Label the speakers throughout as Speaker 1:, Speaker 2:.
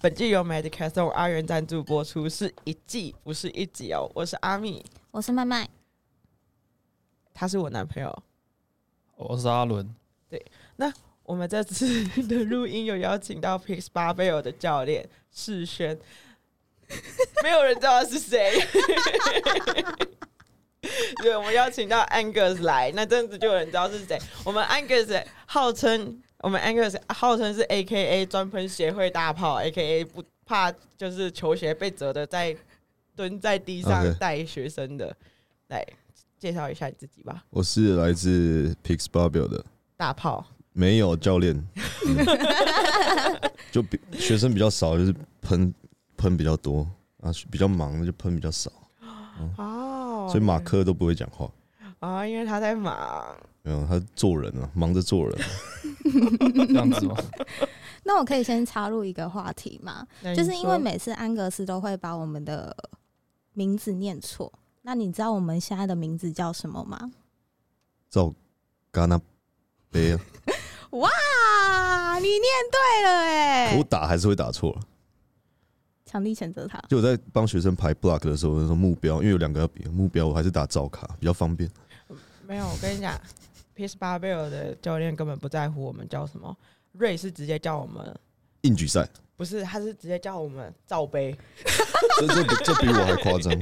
Speaker 1: 本季由 Medica 送阿元赞助播出，是一季不是一集哦。我是阿米，
Speaker 2: 我是麦麦，
Speaker 1: 他是我男朋友。
Speaker 3: 哦我是阿伦，
Speaker 1: 我们这次的录音有邀请到 Pix 巴贝尔的教练世轩，没有人知道他是谁。对，我们邀请到 Angus 来，那这样子就有人知道是谁。我们 Angus 号称，我们 Angus 号称是 A K A 专喷协会大炮，A K A 不怕就是球鞋被折的，在蹲在地上
Speaker 4: OK
Speaker 1: 带学生的。来介绍一下你自己吧，
Speaker 4: 我是来自 Pix Bubble 的，
Speaker 1: 大炮。
Speaker 4: 没有教练，嗯就比学生比较少，就是喷喷比较多啊，比较忙就喷比较少，
Speaker 1: 哦，
Speaker 4: 所以马克都不会讲话。
Speaker 1: 啊、因为他在忙。
Speaker 4: 没有，他做人啊，忙着做人。
Speaker 3: 这样子吗？
Speaker 2: 那我可以先插入一个话题吗？
Speaker 1: 那
Speaker 2: 就是
Speaker 1: 你
Speaker 2: 因为
Speaker 1: 说
Speaker 2: 每次安格斯都会把我们的名字念错，那你知道我们现在的名字叫什么吗？
Speaker 4: 照戛纳杯啊，
Speaker 2: 哇，你念对了哎、
Speaker 4: 我打还是会打错了。
Speaker 2: 强力谴责他。
Speaker 4: 就我在帮学生排 block 的时候，我就说目标，因为有两个要比目标，我还是打照卡比较方便。
Speaker 1: 没有，我跟你讲 p i s 巴贝尔的教练根本不在乎我们叫什么，瑞是直接叫我们，
Speaker 4: 硬举赛，
Speaker 1: 不是，他是直接叫我们罩杯，
Speaker 4: 这这比这比我还夸张，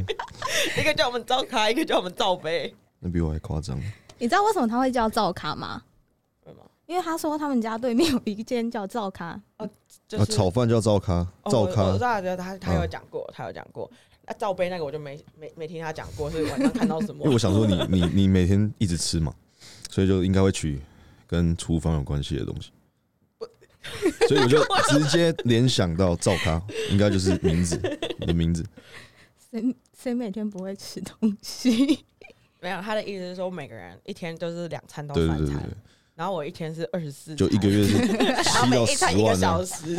Speaker 1: 一个叫我们罩卡，一个叫我们罩杯，
Speaker 4: 那比我还夸张。
Speaker 2: 你知道为什么他会叫赵卡吗？
Speaker 1: 对吗？
Speaker 2: 因为他说他们家对面有一间叫赵卡，
Speaker 1: 就
Speaker 4: 啊，
Speaker 1: 是、
Speaker 4: 炒饭叫照咖，
Speaker 1: 哦
Speaker 4: 照
Speaker 1: 我我
Speaker 4: 咖
Speaker 1: 知道的，他他有
Speaker 4: 嗯
Speaker 1: 讲过，他有讲过。那罩杯那个我就没没没听他讲过，所以晚上看到什么
Speaker 4: 因为我想说你你你每天一直吃嘛，所以就应该会取跟厨房有关系的东 西，所以我就直接联想到照咖，应该就是 名字，你的名字。
Speaker 2: 谁谁每天不会吃东西？
Speaker 1: 没有他的意思是说每个人一天就是两餐到
Speaker 4: 对
Speaker 1: 三
Speaker 4: 对
Speaker 1: 餐，
Speaker 4: 对对对，
Speaker 1: 然后我一天是二十四，
Speaker 4: 就一个，月是
Speaker 1: 然后
Speaker 4: 七
Speaker 1: 每
Speaker 4: 到
Speaker 1: 一餐
Speaker 4: 十
Speaker 1: 一个
Speaker 4: 万啊
Speaker 1: 小时，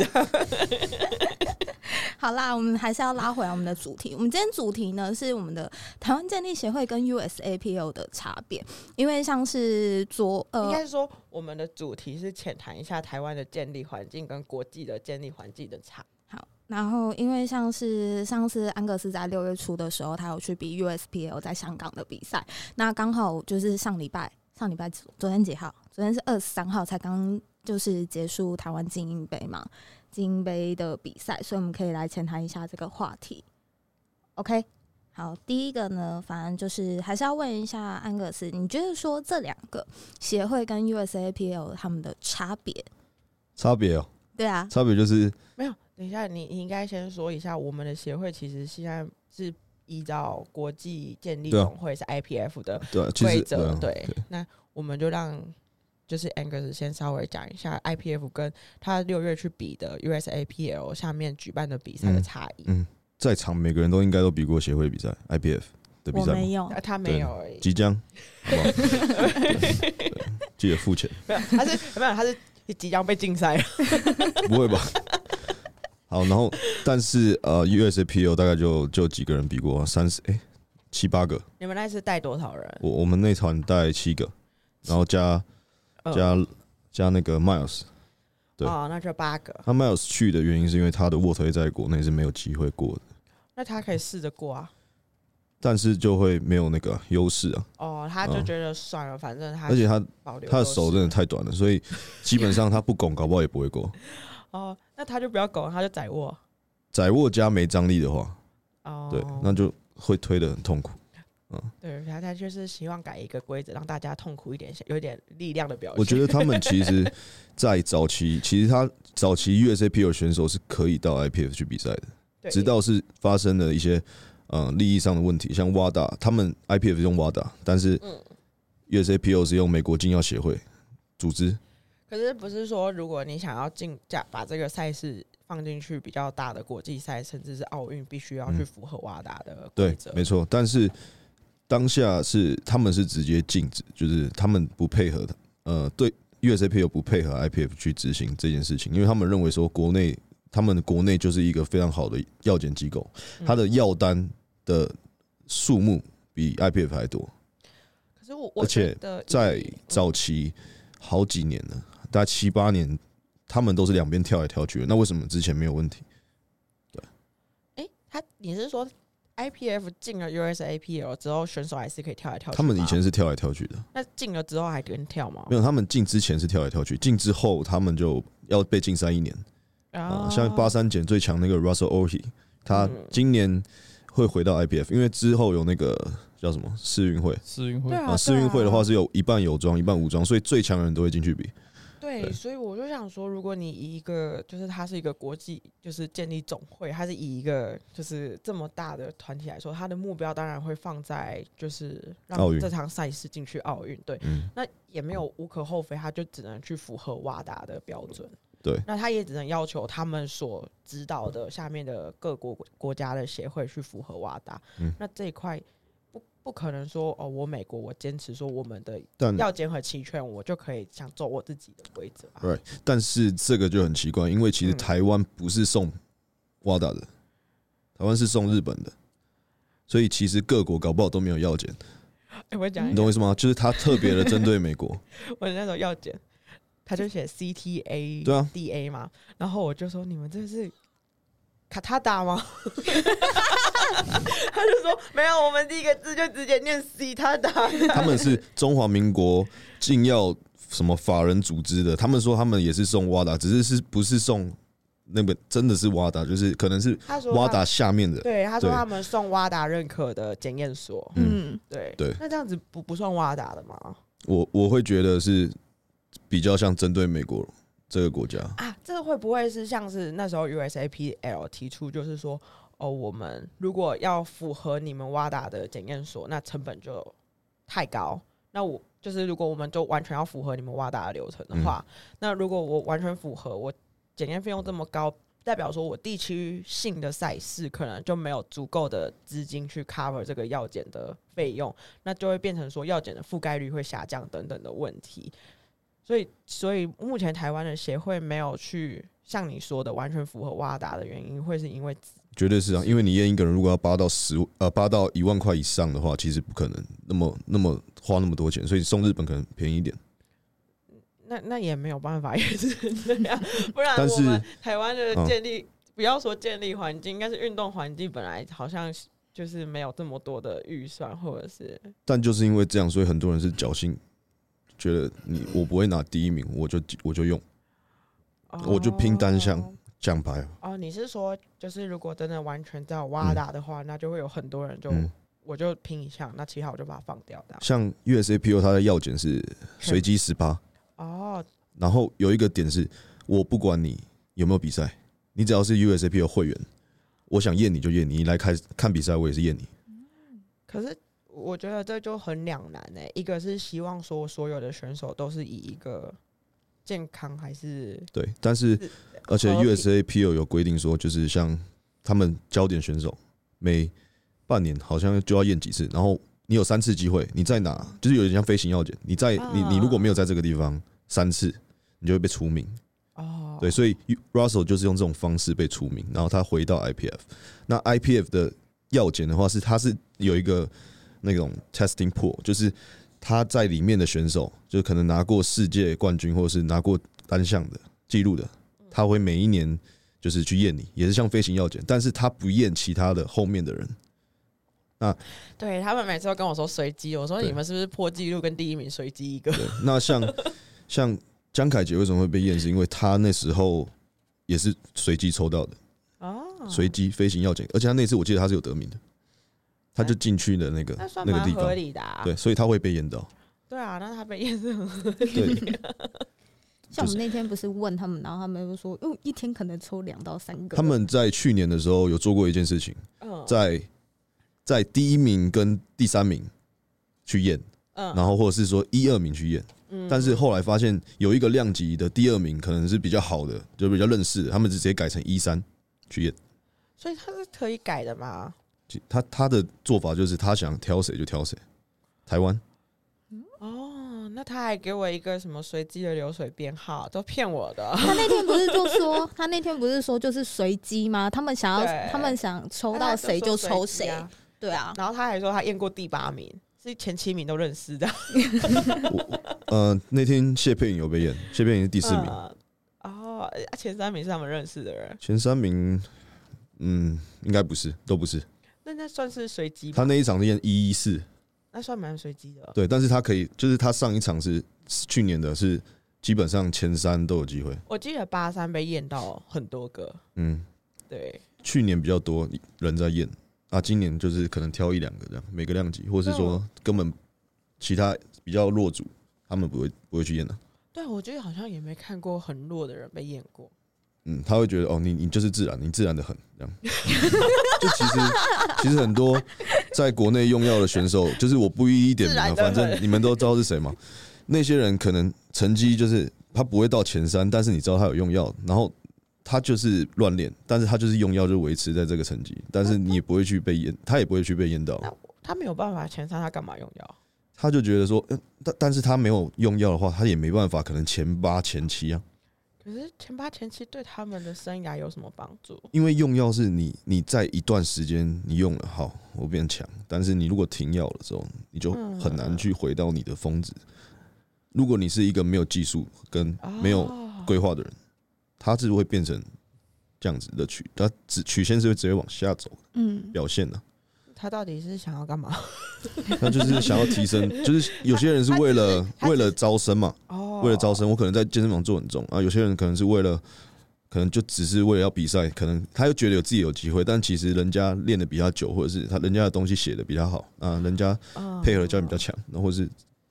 Speaker 2: 好啦，我们还是要拉回来我们的主题。我们今天主题呢是我们的台湾建立协会跟 USAPO 的差别，因为像是昨
Speaker 1: 应该
Speaker 2: 呃
Speaker 1: 是说，我们的主题是浅谈一下台湾的建立环境跟国际的建立环境的差。
Speaker 2: 好，然后因为像是上次安格斯在六月初的时候，他有去比 USPL 在香港的比赛，那刚好就是上礼拜，上礼拜昨昨天几号？昨天是二十三号才刚就是结束台湾精英杯嘛，精英杯的比赛，所以我们可以来浅谈一下这个话题。OK，好，第一个呢，反正就是还是要问一下安格斯，你觉得说这两个协会跟 USAPL 他们的差别？
Speaker 4: 差别哦，
Speaker 2: 对啊，
Speaker 4: 差别就是
Speaker 1: 没有，等一下，你你应该先说一下，我们的协会其实现在是依照国际建立
Speaker 4: 对啊
Speaker 1: 总会是 IPF 的
Speaker 4: 对啊，其
Speaker 1: 规
Speaker 4: 实
Speaker 1: 则，
Speaker 4: 啊
Speaker 1: 对。那我们就让就是 Angus 先稍微讲一下 IPF 跟他六月去比的 USAPL 下面举办的比赛的
Speaker 4: 嗯
Speaker 1: 差异。
Speaker 4: 嗯，在场每个人都应该都比过协会比赛 IPF 的比
Speaker 2: 我
Speaker 4: 赛
Speaker 2: 没
Speaker 4: 吗，
Speaker 2: 有
Speaker 1: 那、，啊他没
Speaker 4: 对
Speaker 1: 有而已，
Speaker 4: 即将，好不好对对记得付钱。
Speaker 1: 没有，他是没有，他是即将被禁赛了。
Speaker 4: 不会吧？ 好，然后但是呃，USAPO 大概就就几个人比过三十哎七八个，
Speaker 1: 你们那次带多少人？
Speaker 4: 我我们那团带七个，然后加
Speaker 1: 嗯
Speaker 4: 加加那个 Miles，对
Speaker 1: 哦，那就八个。
Speaker 4: 他 Miles 去的原因是因为他的卧推在国内是没有机会过的，
Speaker 1: 那他可以试着过啊。
Speaker 4: 但是就会没有那个优势啊，
Speaker 1: 哦，他就
Speaker 4: 嗯
Speaker 1: 觉得算了，反正他
Speaker 4: 而且他
Speaker 1: 保留
Speaker 4: 他的
Speaker 1: 都
Speaker 4: 手
Speaker 1: 是
Speaker 4: 真的太短了，所以基本上他不拱，搞不好也不会过。
Speaker 1: 哦，那他就不要拱，他就宰握
Speaker 4: 窄握加没张力的话，
Speaker 1: 哦。
Speaker 4: 对，那就会推的很痛苦。
Speaker 1: 对，他他就是希望改一个规则，让大家痛苦一点，有点力量的表现。
Speaker 4: 我觉得他 们其实，在早期，其实他早期 USAPL 选手是可以到 IPF 去比赛的，
Speaker 1: 对
Speaker 4: 直到是发生了一些呃利益上的问题，像 WADA，他们 IPF 是用 WADA，但是
Speaker 1: 嗯
Speaker 4: USAPL 是用美国禁药协会组织，
Speaker 1: 可是不是说，如果你想要进加把这个赛事放进去比较大的国际赛，甚至是奥运，必须要去
Speaker 4: 嗯
Speaker 1: 符合瓦达的规
Speaker 4: 对
Speaker 1: 则。，
Speaker 4: 没错。但是当下是他们是直接禁止，就是他们不配合的，呃，对 USAPL 不配合 IPF 去执行这件事情，因为他们认为说国内他们国内就是一个非常好的药检机构，
Speaker 1: 嗯
Speaker 4: 它的药单的数目比 IPF 还多，
Speaker 1: 可是我我
Speaker 4: 而
Speaker 1: 觉
Speaker 4: 且
Speaker 1: 得
Speaker 4: 在
Speaker 1: 以
Speaker 4: 早期好几年了，大概七八年，他们都是两边跳来跳去的。那为什么之前没有问题？
Speaker 1: 你是说 IPF 进了 USAPL 之后，选手还是可以跳来跳去吗？
Speaker 4: 他们以前是跳来跳去的，
Speaker 1: 那进了之后还能跳吗
Speaker 4: 没？有，他们进之前是跳来跳去，进之后他们就要被禁赛一年啊、
Speaker 1: 哦
Speaker 4: 像八三减最强那个 Russell Ohi，他
Speaker 1: 嗯
Speaker 4: 今年会回到 IPF，因为之后有那个叫什么世运会
Speaker 3: 世运会
Speaker 1: 对啊，
Speaker 4: 啊，世
Speaker 1: 对
Speaker 4: 运
Speaker 1: 啊
Speaker 4: 会的话是有一半有装一半无装，所以最强的人都会进去比。
Speaker 1: 对，
Speaker 4: 对
Speaker 1: 所以我就想说，如果你以一个就是它是一个国际，就是建立总会，它是以一个就是这么大的团体来说，它的目标当然会放在就是让
Speaker 4: 奥运
Speaker 1: 这场赛事进去奥运。对，
Speaker 4: 嗯，
Speaker 1: 那也没有无可厚非，他就只能去符合瓦达的标准。
Speaker 4: 对
Speaker 1: 那他也只能要求他们所指导的下面的各国国家的协会去符合瓦达。
Speaker 4: 嗯
Speaker 1: 那这一块不不可能说哦，我美国我坚持说我们的
Speaker 4: 但
Speaker 1: 要检核期权，我就可以想走我自己的规则啊。
Speaker 4: Right 但是这个就很奇怪，因为其实
Speaker 1: 嗯
Speaker 4: 台湾不是送 WADA 的，台湾是送日本的，所以其实各国搞不好都没有药检，
Speaker 1: 哎 我讲一
Speaker 4: 你
Speaker 1: 个
Speaker 4: 懂，我意思吗？就是他特别的针对 美国，
Speaker 1: 我那时候要检，他就写 CTA
Speaker 4: 对啊
Speaker 1: DA 嘛，然后我就说你们这是卡塔达吗？ 他就说没有，我们第一个字就直接念 C 塔达。
Speaker 4: 他们是中华民国禁药什么法人组织的，他们说他们也是送 WADA，只是是不是送那个真的是 WADA，就是可能是
Speaker 1: 他说他
Speaker 4: WADA 下面的，
Speaker 1: 对，他说
Speaker 4: 对
Speaker 1: 他们送挖达认可的检验所，
Speaker 4: 嗯，
Speaker 2: 嗯，
Speaker 1: 对
Speaker 4: 对
Speaker 1: 那这样子不不算挖达的吗？
Speaker 4: 我我会觉得是比较像针对美国这个国家，
Speaker 1: 啊，这个会不会是像是那时候 USAPL 提出，就是说，哦，我们如果要符合你们挖达的检验所，那成本就太高。那我就是如果我们就完全要符合你们挖达的流程的话，那如果我完全符合，我检验费用这么高，代表说我地区性的赛事可能就没有足够的资金去 cover 这个药检的费用，那就会变成说药检的覆盖率会下降等等的问题。所以，所以目前台湾的协会没有去像你说的完全符合瓦达的原因，会是因为
Speaker 4: 绝对是啊，因为你验一个人如果要八到十呃八到一万块以上的话，其实不可能那么那么花那么多钱，所以送日本可能便宜一点。
Speaker 1: 那那也没有办法，也 是这样。不然
Speaker 4: 但
Speaker 1: 我
Speaker 4: 是
Speaker 1: 们台湾的
Speaker 4: 嗯
Speaker 1: 建立，不要说建立环境，应该是运动环境本来好像是就是没有这么多的预算，或者是
Speaker 4: 但就是因为这样，所以很多人是侥幸，觉得你我不会拿第一名，我就我就用我就拼单项
Speaker 1: 哦
Speaker 4: 奖牌。
Speaker 1: 哦，你是说就是如果真的完全在瓦达的话，那就会有很多人就、
Speaker 4: 嗯，
Speaker 1: 我就拼一项，那其他我就把它放掉的。
Speaker 4: 像 USAPO 它的药检是随机十八，
Speaker 1: 哦，
Speaker 4: 然后有一个点是，我不管你有没有比赛，你只要是 USAPO 会员，我想验你就验你，你来看看比赛我也是验你。
Speaker 1: 可是我觉得这就很两难诶、一个是希望说所有的选手都是以一个健康还是
Speaker 4: 对，但是
Speaker 1: 是
Speaker 4: 而且
Speaker 1: 合理
Speaker 4: USAPL 有规定说，就是像他们焦点选手每半年好像就要验几次，然后你有三次机会，你在哪就是有点像飞行要检，你在你你如果没有在这个地方三次，你就会被除名。
Speaker 1: 哦，
Speaker 4: 对，所以 Russell 就是用这种方式被除名，然后他回到 IPF。那 IPF 的药检的话是，它是有一个那种 testing pool，就是他在里面的选手，就可能拿过世界冠军或者是拿过单项的记录的，他会每一年就是去验你，也是像飞行药检，但是他不验其他的后面的人。
Speaker 1: 对他们每次都跟我说随机，我说
Speaker 4: 对
Speaker 1: 你们是不是破纪录跟第一名随机一个？
Speaker 4: 对，那像像江凯杰为什么会被验，是因为他那时候也是随机抽到的。
Speaker 1: 哦，
Speaker 4: 随机飞行要检，而且他那次我记得他是有得名的，他就进去的那个
Speaker 1: 哎那算
Speaker 4: 那个
Speaker 1: 蛮
Speaker 4: 地
Speaker 1: 合
Speaker 4: 方，
Speaker 1: 理的、啊。
Speaker 4: 对，所以他会被 验到。
Speaker 1: 对啊，那他们也是很
Speaker 4: 对，
Speaker 2: 像我们那天不是问他们，然后他们就说，因为一天可能抽两到三个，
Speaker 4: 他们在去年的时候有做过一件事情，
Speaker 1: 嗯
Speaker 4: 在在第一名跟第三名去验，
Speaker 1: 嗯
Speaker 4: 然后或者是说一二名去验，
Speaker 1: 嗯
Speaker 4: 但是后来发现有一个量级的第二名可能是比较好的，就比较认识的，他们就直接改成一三去验。
Speaker 1: 所以他是可以改的嘛？
Speaker 4: 他他的做法就是他想挑谁就挑谁，台湾。
Speaker 1: 哦，那他还给我一个什么随机的流水编号，都骗我的。
Speaker 2: 他那天不是就说， 他那天不是说就是随机吗？他们想
Speaker 1: 对
Speaker 2: 要，他们想抽到谁就抽
Speaker 1: 他还说随
Speaker 2: 谁，
Speaker 1: 机啊
Speaker 2: 对啊，
Speaker 1: 然后他还说他验过第八名，是前七名都认识的。
Speaker 4: 呃，那天谢佩颖有被验，谢佩颖是第
Speaker 1: 第
Speaker 4: 四名。
Speaker 1: 哦，啊前三名是他们认识的人。
Speaker 4: 前三名嗯，应该不是，都不是。
Speaker 1: 那那算是随机
Speaker 4: 他
Speaker 1: 吧？
Speaker 4: 那一场练一一四，
Speaker 1: 那算蛮随机的。
Speaker 4: 对，但是他可以，就是他上一场是去年的是基本上前三都有机会。
Speaker 1: 我记得八三被验到很多个，
Speaker 4: 嗯，
Speaker 1: 对，
Speaker 4: 去年比较多人在验啊，今年就是可能挑一两个这样，每个量级，或是说根本其他比较弱组，他们不会不会去验的、
Speaker 1: 对我觉得好像也没看过很弱的人被验过。
Speaker 4: 嗯，他会觉得哦，你你就是自然，你自然的很这样。就其实其实很多在国内用药的选手，就是我不一一点名
Speaker 1: 自
Speaker 4: 了，
Speaker 1: 然得
Speaker 4: 反
Speaker 1: 很
Speaker 4: 正你们都知道是谁嘛。那些人可能成绩就是他不会到前三，但是你知道他有用药，然后他就是乱练，但是他就是用药就维持在这个成绩，但是你也不会去被验，他也不会去被验到。
Speaker 1: 那我他没有办法前三，他干嘛用药？
Speaker 4: 他就觉得说，嗯，但但是他没有用药的话，他也没办法，可能前八前七啊，
Speaker 1: 可是前八前七对他们的生涯有什么帮助？
Speaker 4: 因为用药是你你在一段时间你用了好，我变强，但是你如果停药了之后，你就
Speaker 1: 嗯
Speaker 4: 很难去回到你的峰值。如果你是一个没有技术跟没有
Speaker 1: 哦
Speaker 4: 规划的人，他是会变成这样子的曲，他只曲线是会直接往下走
Speaker 2: 嗯，
Speaker 4: 表现 的、
Speaker 1: 他到底是想要 干嘛？
Speaker 4: 他就是想要提升，就是有些人是为了
Speaker 1: 他只是
Speaker 4: 为了招生嘛，
Speaker 1: 哦，
Speaker 4: 为了招生，我可能在健身房做很重啊。有些人可能是为了，可能就只是为了要比赛，可能他又觉得有自己有机会，但其实人家练的比他久，或者是他人家的东西写的比他好啊，人家
Speaker 1: 嗯
Speaker 4: 配合的教练比较强，然后或是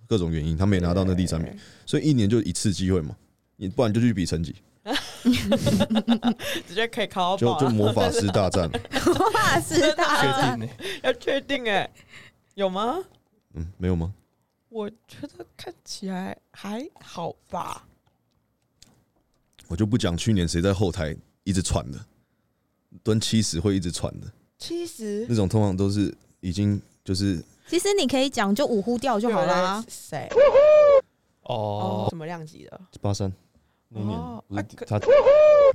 Speaker 4: 各种原因，他没拿到那第三名，。所以一年就一次机会嘛。你不然就去比成绩，
Speaker 1: 对直接可以考到
Speaker 4: 就
Speaker 1: 爆
Speaker 4: 就
Speaker 1: 啊
Speaker 4: 魔法师大战，
Speaker 1: 哦
Speaker 2: 我怕是
Speaker 3: 确
Speaker 2: 他。
Speaker 3: 定呢？
Speaker 1: 要确定哎，有吗？
Speaker 4: 嗯，没有吗？
Speaker 1: 我觉得看起来还好吧。
Speaker 4: 我就不讲去年谁在后台一直喘的，蹲七十会一直喘的
Speaker 1: 其实
Speaker 4: 那种，通常都是已经就是
Speaker 2: 其实你可以讲，就五呼调就好啦。
Speaker 1: 谁？哦，
Speaker 3: 哦，
Speaker 1: 什么量级的？
Speaker 4: 八三那一
Speaker 1: 哦
Speaker 4: 年，不是
Speaker 1: 啊可
Speaker 4: 他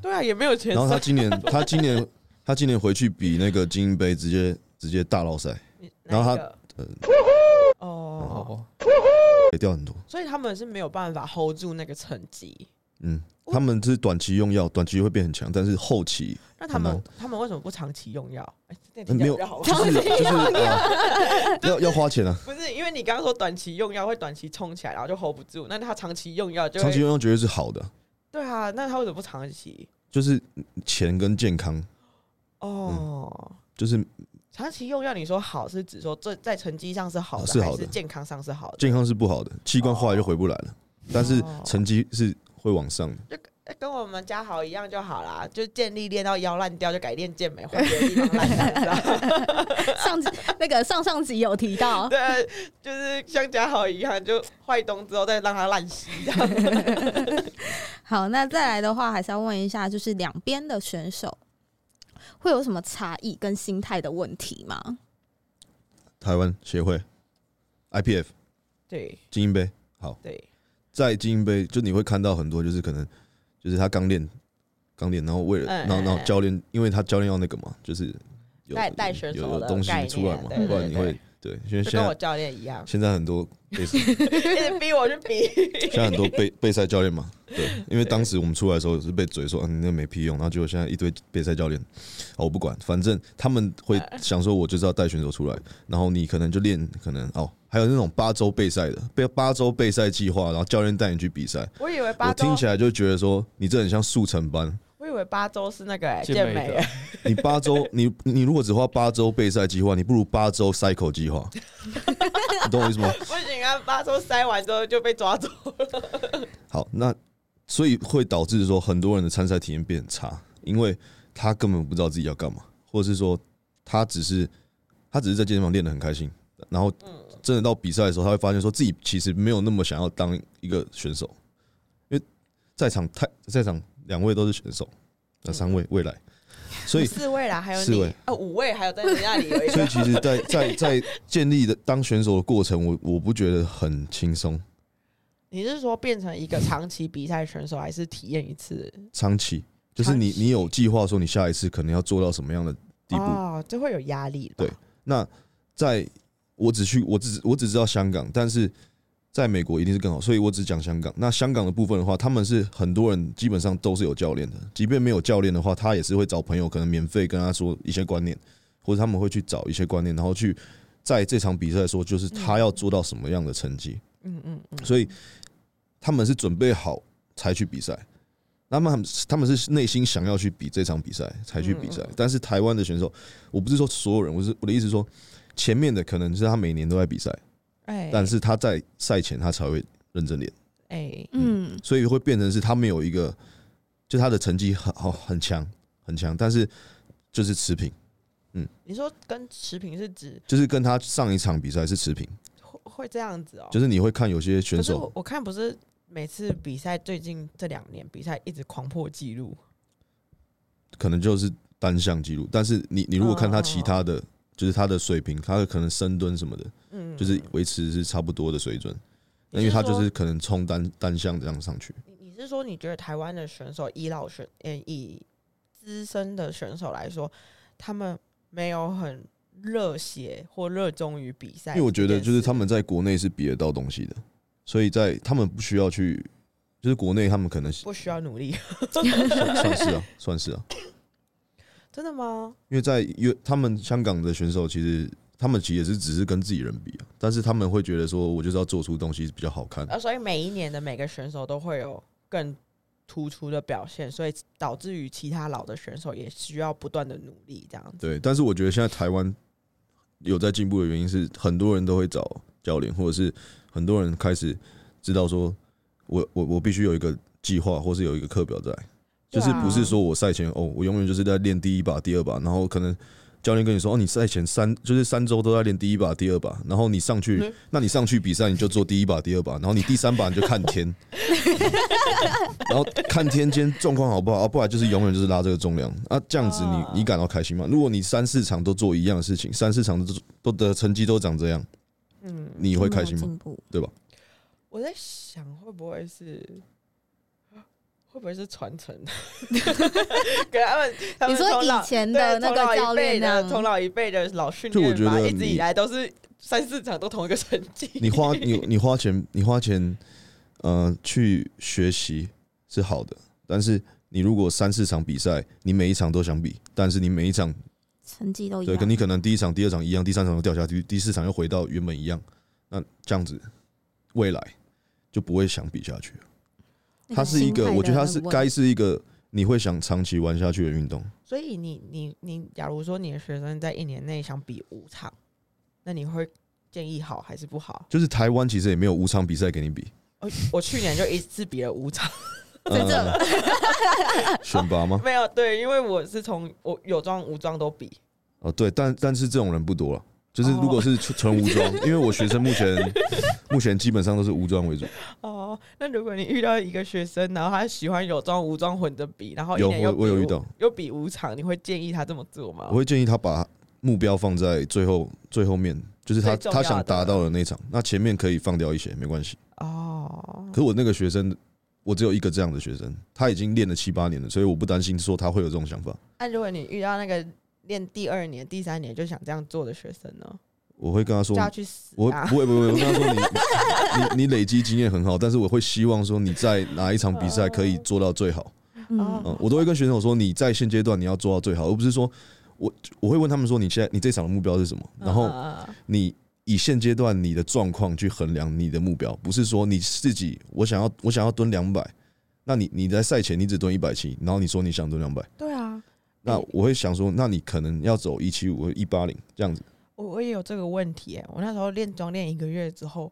Speaker 1: 对啊，也没有前
Speaker 4: 然后他
Speaker 1: 三。
Speaker 4: 今年，他今年，他今年回去比那个精英杯，直接直接大捞赛，
Speaker 1: 你
Speaker 4: 然
Speaker 1: 哪
Speaker 4: 后
Speaker 1: 一个
Speaker 4: 呃，
Speaker 1: 哦，
Speaker 3: 哦，
Speaker 4: 也掉很多。
Speaker 1: 所以他们是没有办法 hold 住那个成绩。
Speaker 4: 嗯，他们是短期用药，短期会变很强，但是后期
Speaker 1: 那他们
Speaker 4: 很
Speaker 1: 他们为什么不长期用药？哎，那
Speaker 4: 呃
Speaker 1: 题
Speaker 4: 没有，
Speaker 1: 比较好
Speaker 4: 就 是就是呃，要要花钱啊。
Speaker 1: 不是因为你刚刚说短期用药会短期冲起来，然后就 hold 不住，那他长期用药就会
Speaker 4: 长期用药绝对是好的，
Speaker 1: 对啊，那他为什么不长期？
Speaker 4: 就是钱跟健康，
Speaker 1: 哦。
Speaker 4: 嗯就是
Speaker 1: 长期用药，你说好是指说这在成绩上是好的，
Speaker 4: 啊是好的
Speaker 1: 还是健康上是好的？
Speaker 4: 健康是不好的，器官坏了就回不来了，但是
Speaker 1: 哦
Speaker 4: 成绩是会往上的。
Speaker 1: 那跟我们家豪一样就好啦，就健力练到腰烂掉，就改练健美，换别的地方烂掉这样。
Speaker 2: 上集那个上上集有提到，
Speaker 1: 对，啊就是像家豪一样，就坏东之后再让它烂稀这样。
Speaker 2: 好，那再来的话，还是要问一下，就是两边的选手会有什么差异跟心态的问题吗？
Speaker 4: 台湾协会、IPF
Speaker 1: 对
Speaker 4: 精英杯，好，
Speaker 1: 对，
Speaker 4: 在精英杯，就你会看到很多，就是可能就是他刚练，刚练，然后为了，
Speaker 1: 嗯
Speaker 4: 然后然
Speaker 1: 嗯
Speaker 4: 后教练，因为他教练要那个嘛，就是有
Speaker 1: 带带选手
Speaker 4: 有有
Speaker 1: 的
Speaker 4: 东西
Speaker 1: 概念
Speaker 4: 出来嘛，
Speaker 1: 对
Speaker 2: 对
Speaker 4: 不然你
Speaker 1: 对
Speaker 4: 会对，因为
Speaker 1: 就
Speaker 4: 现
Speaker 1: 跟我
Speaker 4: 在
Speaker 1: 教练一 样，
Speaker 4: 现在很多备 赛
Speaker 1: 一直逼我去比。
Speaker 4: 现在很多备备赛教练嘛，对，因为当时我们出来的时候是被嘴说，嗯、你那没屁用，然后结果现在一堆备赛教练，哦，我不管，反正他们会想说，我就是要带选手出来，然后你可能就练，可能哦，还有那种八周备赛的，被八周备赛计划，然后教练带你去比赛。
Speaker 1: 我以为八
Speaker 4: 我
Speaker 1: 周啊
Speaker 4: 听，起来就觉得说，你这很像速成班。
Speaker 1: 我以为八周是那个、欸、
Speaker 3: 健
Speaker 1: 健
Speaker 3: 美
Speaker 1: 美
Speaker 3: 的，
Speaker 4: 你八周，你你如果只花八周备赛计划，你不如八周 cycle 计划。你懂我意思吗？
Speaker 1: 不行啊，八周塞完之后就被抓走了。
Speaker 4: 好，那所以会导致说很多人的参赛体验变差，因为他根本不知道自己要干嘛，或者是说他只是他只是在健身房练得很开心，然后真的到比赛的时候，他会发现说自己其实没有那么想要当一个选手，因为在场太在场两位都是选手，那三
Speaker 1: 嗯
Speaker 4: 位未来，所以
Speaker 1: 四位啦，还有
Speaker 4: 四
Speaker 1: 你
Speaker 4: 位
Speaker 1: 哦，五位还有在你那里有一
Speaker 4: 所
Speaker 1: 个，
Speaker 4: 以其实在，在在建立的当选手的过程，我我不觉得很轻松，
Speaker 1: 你是说变成一个长期比赛选手，还是体验一次？
Speaker 4: 长期就是你
Speaker 1: 长期
Speaker 4: 你有计划说你下一次可能要做到什么样的地步。
Speaker 1: 哦，就会有压力吧。
Speaker 4: 对那在我只去我只我只知道香港，但是在美国一定是更好，所以我只讲香港。那香港的部分的话，他们是很多人基本上都是有教练的，即便没有教练的话，他也是会找朋友，可能免费跟他说一些观念，或者他们会去找一些观念，然后去在这场比赛说，就是他要做到什么样的成绩。
Speaker 1: 嗯嗯嗯，
Speaker 4: 所以他们是准备好才去比赛，那么他们他们是内心想要去比这场比赛才去比赛
Speaker 1: 嗯嗯。
Speaker 4: 但是台湾的选手，我不是说所有人，我是我的意思是说，前面的可能是他每年都在比赛，
Speaker 1: 哎，
Speaker 4: 但是他在赛前他才会认真练，
Speaker 1: 哎，
Speaker 2: 嗯，
Speaker 4: 所以会变成是他没有一个，就他的成绩很好很强很强，但是就是持平，
Speaker 1: 你说跟持平是指
Speaker 4: 就是跟他上一场比赛是持平，
Speaker 1: 会会这样子哦？
Speaker 4: 就是你会看有些选
Speaker 1: 可是我
Speaker 4: 手。
Speaker 1: 我看不是每次比赛最近这两年比赛一直狂破纪录，
Speaker 4: 可能就是单项记录，但是你你如果看他其他的，就是他的水平，他的可能深蹲什么的，
Speaker 1: 哦嗯，
Speaker 4: 就是维持是差不多的水准，
Speaker 1: 你
Speaker 4: 那因为他就
Speaker 1: 说
Speaker 4: 是可能冲单单项这样上去。
Speaker 1: 你你是说你觉得台湾的选手以老选嗯以资深的选手来说，他们没有很热血或热衷于比赛这
Speaker 4: 因
Speaker 1: 件事？
Speaker 4: 为我觉得就是他们在国内是比得到东西的，所以在他们不需要去，就是国内他们可能是
Speaker 1: 不需要努力，
Speaker 4: 算算是啊，算是啊，
Speaker 1: 真的吗？
Speaker 4: 因为在因他们香港的选手其实。他们其实也是只是跟自己人比啊，但是他们会觉得说，我就是要做出东西比较好看，
Speaker 1: 呃，所以每一年的每个选手都会有更突出的表现，所以导致于其他老的选手也需要不断的努力，这样子。
Speaker 4: 对，但是我觉得现在台湾有在进步的原因是，很多人都会找教练，或者是很多人开始知道说我我我必须有一个计划，或是有一个课表在，
Speaker 1: 对
Speaker 4: 就是
Speaker 1: 啊
Speaker 4: 不是说我赛前哦，我永远就是在练第一把、第二把，然后可能。教练跟你说：“哦，你赛前三就是三周都在练第一把、第二把，然后你上去，
Speaker 1: 嗯
Speaker 4: 那你上去比赛你就做第一把、第二把，然后你第三把你就看天， 然后看天今天状况好不好啊，不然就是永远就是拉这个重量啊，这样子
Speaker 1: 啊
Speaker 4: 你你感到开心吗？如果你三四场都做一样的事情，三四场都都的成绩都长这样，
Speaker 1: 嗯，
Speaker 4: 你会开心吗？
Speaker 2: 进步，
Speaker 1: 我在想会不会是。会不会是传承？ 给他们，他们
Speaker 2: 你说
Speaker 1: 从老
Speaker 2: 以前的
Speaker 1: 对
Speaker 2: 那
Speaker 1: 从
Speaker 2: 个
Speaker 1: 老一
Speaker 2: 教
Speaker 1: 辈
Speaker 2: 练那
Speaker 1: 的，
Speaker 2: 样
Speaker 1: 从老一辈的老训
Speaker 4: 就我
Speaker 1: 练
Speaker 4: 觉
Speaker 1: 吧，
Speaker 4: 得
Speaker 1: 一直
Speaker 4: 你
Speaker 1: 以来都是三四场都同一个成绩。
Speaker 4: 你花你你花钱你花钱，呃，去学习是好的，但是你如果三四场比赛，你每一场都想比，但是你每一场
Speaker 2: 成绩都一
Speaker 4: 对，跟
Speaker 2: 样。
Speaker 4: 你可能第一场、第二场一样，第三场又掉下去，第四场又回到原本一样，那这样子未来就不会想比下去了。
Speaker 2: 那
Speaker 4: 它是一
Speaker 2: 心
Speaker 4: 个，
Speaker 2: 态
Speaker 4: 我觉得
Speaker 2: 的
Speaker 4: 它是
Speaker 2: 稳
Speaker 4: 该是一个你会想长期玩下去的运动。
Speaker 1: 所以你你你，假如说你的学生在一年内想比五场，那你会建议好还是不好？
Speaker 4: 就是台湾其实也没有五场比赛给你比，
Speaker 1: 我我去年就一次比了五场，
Speaker 4: 真的、呃选拔吗？
Speaker 1: 没有对，因为我是从我有装无装都比，
Speaker 4: 哦，对，但但是这种人不多了。就是
Speaker 1: 哦
Speaker 4: 如果是纯纯无 装，因为我学生目前目前基本上都是无装为主，
Speaker 1: 哦，那如果你遇到一个学生，然后他喜欢有装无装混着比，然后一
Speaker 4: 有
Speaker 1: 年又
Speaker 4: 我我有
Speaker 1: 比
Speaker 4: 遇
Speaker 1: 五
Speaker 4: 到，
Speaker 1: 又比五场，你会建议他这么做吗
Speaker 4: 我？会建议他把目标放在最后最后面，就是他
Speaker 1: 最重要
Speaker 4: 他
Speaker 1: 的
Speaker 4: 想达到的那场，那前面可以放掉一些没关系。
Speaker 1: 哦，
Speaker 4: 可我那个学生，我只有一个这样的学生，他已经练了七八年了，所以我不担心说他会有这种想法。
Speaker 1: 那、如果你遇到那个练第二年、第三年就想这样做的学生呢，
Speaker 4: 我会跟他
Speaker 1: 就
Speaker 4: 说，
Speaker 1: 要去死
Speaker 4: 我
Speaker 1: 啊！
Speaker 4: 不会不会，我跟他说你你你累积经验很好，但是我会希望说你在哪一场比赛可以做到最好。
Speaker 1: 哦
Speaker 2: 嗯，
Speaker 4: 嗯，我都会跟选手说你在现阶段你要做到最好，而不是说我我会问他们说你现在你这场的目标是什么，然后
Speaker 1: 嗯嗯
Speaker 4: 你以现阶段你的状况去衡量你的目标，不是说你自己我想要我想要蹲两百，那你你在赛前你只蹲一百七，然后你说你想蹲两百，
Speaker 1: 嗯对啊，
Speaker 4: 那我会想说那你可能要走一七五一八零这样子。
Speaker 1: 我我也有这个问题、欸，我那时候练妆练一个月之后。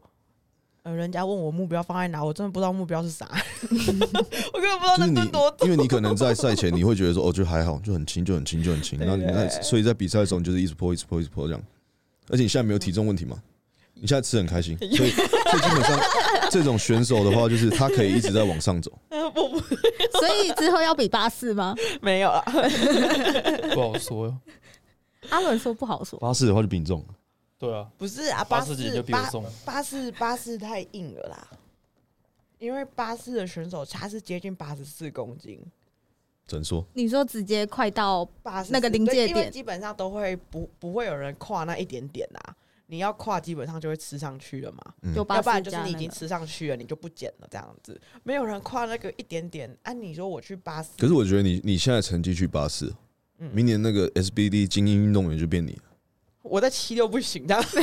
Speaker 1: 呃，人家问我目标放在哪，我真的不知道目标是啥， 我根本不知道
Speaker 4: 就
Speaker 1: 那
Speaker 4: 是你
Speaker 1: 蹲多，重。
Speaker 4: 因为你可能在赛前你会觉得说，哦，就还好，就很轻，就很轻，就很轻。
Speaker 1: 对
Speaker 4: 然后你在，
Speaker 1: 对
Speaker 4: 所以在比赛的时候，你就是一直破，一直破，一直破这样。而且你现在没有体重问题嘛，你现在吃很 开心，所以所以基本上这种选手的话，就是他可以一直在往上走。
Speaker 1: 呃我不
Speaker 2: 所以之后要比八 四吗？
Speaker 1: 没有 了，
Speaker 3: 不好说哟。
Speaker 2: 阿伦说不好说，
Speaker 4: 巴士的话就比你重，
Speaker 3: 对啊，
Speaker 1: 不是啊，
Speaker 3: 八
Speaker 1: 四
Speaker 3: 十几就比我
Speaker 1: 八
Speaker 3: 重。
Speaker 1: 八四八四太硬了啦，因为八四的选手他是接近八十四公斤，
Speaker 4: 怎么说？
Speaker 2: 你说直接快到
Speaker 1: 八十
Speaker 2: 那个临界点
Speaker 1: 基本上都会不不会有人跨那一点点啦、啊你要跨基本上就会吃上去了嘛，
Speaker 4: 嗯
Speaker 2: 就八
Speaker 1: 要不然就
Speaker 2: 四加
Speaker 1: 是你已
Speaker 2: 那
Speaker 1: 经
Speaker 2: 个，
Speaker 1: 吃上去了，你就不减了这样子。没有人跨那个一点点，按、你说我去八四，
Speaker 4: 可是我觉得你你现在成绩去八四，
Speaker 1: 嗯
Speaker 4: 明年那个 SBD 精英运动员就变你了，
Speaker 1: 我在七六不行，这样子，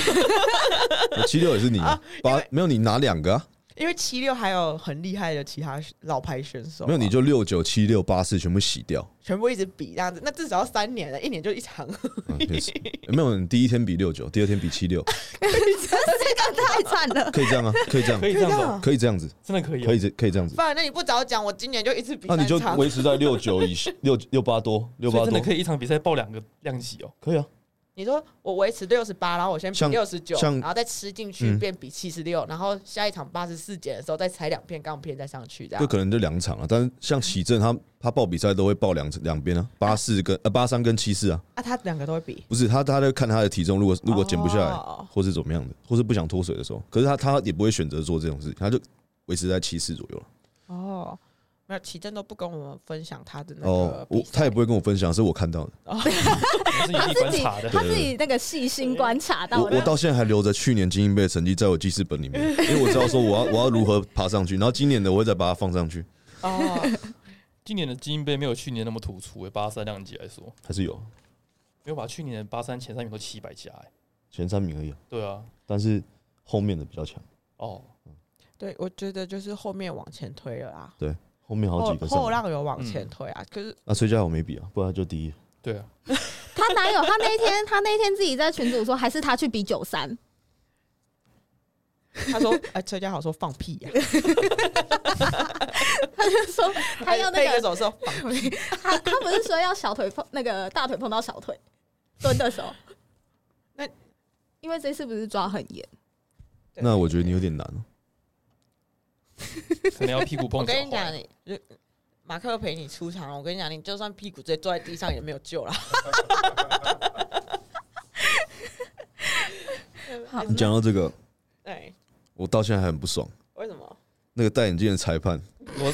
Speaker 4: 七六也是你啊
Speaker 1: 啊
Speaker 4: 八
Speaker 1: 因为
Speaker 4: 没有你拿两个啊，
Speaker 1: 因为七六还有很厉害的其他老牌选手啊，
Speaker 4: 没有你就六九七六八四全部洗掉，
Speaker 1: 全部一直比这样子，那至少要三年了，一 年就一场，
Speaker 4: 嗯也是没有你第一天比六九，第二天比七六，
Speaker 2: 这个太惨了。
Speaker 4: 可以这样啊，可以这样啊
Speaker 3: 可，以这样子哦，
Speaker 4: 可以这样子，
Speaker 3: 真的可以哦，
Speaker 4: 可以这可以这样子
Speaker 1: 不，然那你不早讲，我今年就一直比
Speaker 4: 哦那
Speaker 1: 三
Speaker 4: 你就
Speaker 1: 场。
Speaker 4: 维持在六九以 六六八多六
Speaker 3: 所以
Speaker 4: 八
Speaker 3: 真的
Speaker 4: 多，
Speaker 3: 可以一场比赛报两个量级哦。
Speaker 4: 可以啊，
Speaker 1: 你说我维持六十八，然后我先比
Speaker 4: 像
Speaker 1: 六十九，
Speaker 4: 像
Speaker 1: 然后再吃进去
Speaker 4: 嗯
Speaker 1: 变比七十六，然后下一场八十四减的时候再踩两片钢片再上去，这
Speaker 4: 就
Speaker 1: 样。
Speaker 4: 可能就两场啊，但是像启正他他报比赛都会报两两边啊，八四跟呃八三跟七四啊，
Speaker 1: 啊，他两个都会比。
Speaker 4: 不是他他在看他的体重，如果如果减不下来，
Speaker 1: 哦
Speaker 4: 或是怎么样的，或是不想脱水的时候，可是他他也不会选择做这种事情，他就维持在七四左右了。
Speaker 1: 哦，没有，奇正都不跟我们分享他的那
Speaker 4: 哦
Speaker 1: 个，
Speaker 4: 我
Speaker 1: 比赛。
Speaker 4: 他也不会跟我分享，是我看到的，
Speaker 3: 我是一力观察的，
Speaker 2: 他自己那个细心观察到
Speaker 4: 我
Speaker 2: 的
Speaker 4: 我，到现在还留着去年精英杯的成绩在我记事 本里面，因为我知道说我要我要如何爬上去，然后今年的我会再把它放上去，
Speaker 1: 哦，
Speaker 3: 今年的精英杯没有去年那么突出诶，欸八三量级来说，
Speaker 4: 还是有
Speaker 3: 没有把去年的八三前三名都七百加诶。
Speaker 4: 前三名而已啊，
Speaker 3: 对啊，
Speaker 4: 但是后面的比较强，
Speaker 3: 哦，
Speaker 1: 对，我觉得就是后面往前推了啊，
Speaker 4: 后面好
Speaker 1: 后
Speaker 4: 几个上
Speaker 1: 后
Speaker 4: 来。
Speaker 1: 浪有往前推啊，可是
Speaker 4: 啊，崔家豪没比啊，不然他就第一。
Speaker 3: 对啊，
Speaker 2: 他哪有？他那天他那天自己在群主说，还是他去比九三，
Speaker 1: 他 说，哎，崔家豪说放屁呀，
Speaker 2: 他就说他要那
Speaker 1: 配
Speaker 2: 个
Speaker 1: 歌手说放屁，
Speaker 2: 他他不是说要小腿碰那个大腿碰到小腿蹲的时候，
Speaker 1: 那
Speaker 2: 因为这次不是抓很严，
Speaker 1: 对
Speaker 4: 那我觉得你有点难哦。
Speaker 3: 可能要屁股
Speaker 1: 我
Speaker 3: 碰脚
Speaker 1: 跟你
Speaker 3: 踝
Speaker 1: 讲，。你就马克陪你出场，我跟你讲，你就算屁股直接坐在地上也没有救了。
Speaker 2: 好
Speaker 4: 你讲到这个，
Speaker 1: 对，
Speaker 4: 我到现在还很不爽。
Speaker 1: 为什么？
Speaker 4: 那个戴眼镜的裁判，
Speaker 3: 我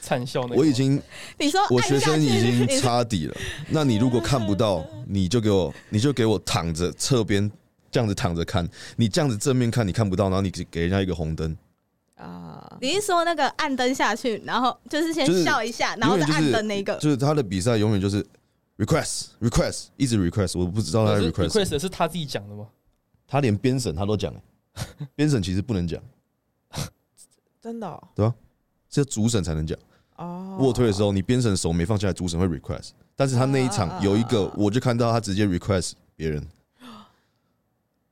Speaker 3: 灿笑那个，
Speaker 4: 我已经
Speaker 2: 你说
Speaker 4: 我
Speaker 2: 按
Speaker 4: 学
Speaker 2: 下
Speaker 4: 生
Speaker 2: 去
Speaker 4: 已经
Speaker 1: 哎
Speaker 2: 你
Speaker 4: 擦底了。 那你如果看不到，你就给我，你就给我躺着侧边这样子躺着看。你这样子正面看你看不到，然后你给给人家一个红灯，
Speaker 1: 啊，
Speaker 2: 你是说那个按灯下去，然后就是先
Speaker 4: 就是
Speaker 2: 笑一下，然后再
Speaker 4: 永远就是
Speaker 2: 按灯那个？
Speaker 4: 就是他的比赛永远就是 request request 一直 request，我不知道他
Speaker 3: 可
Speaker 4: 在
Speaker 3: 是
Speaker 4: request，什么
Speaker 3: request 是他自己讲的吗？
Speaker 4: 他连编审他都讲，欸编审其实不能讲，
Speaker 1: 真的哦
Speaker 4: 是主审才能讲。
Speaker 1: 哦，
Speaker 4: 卧推的时候，你边审手没放下来，主审会 request。但是他那一
Speaker 1: 啊啊
Speaker 4: 场
Speaker 1: 啊
Speaker 4: 有一个，我就看到他直接 request 别人，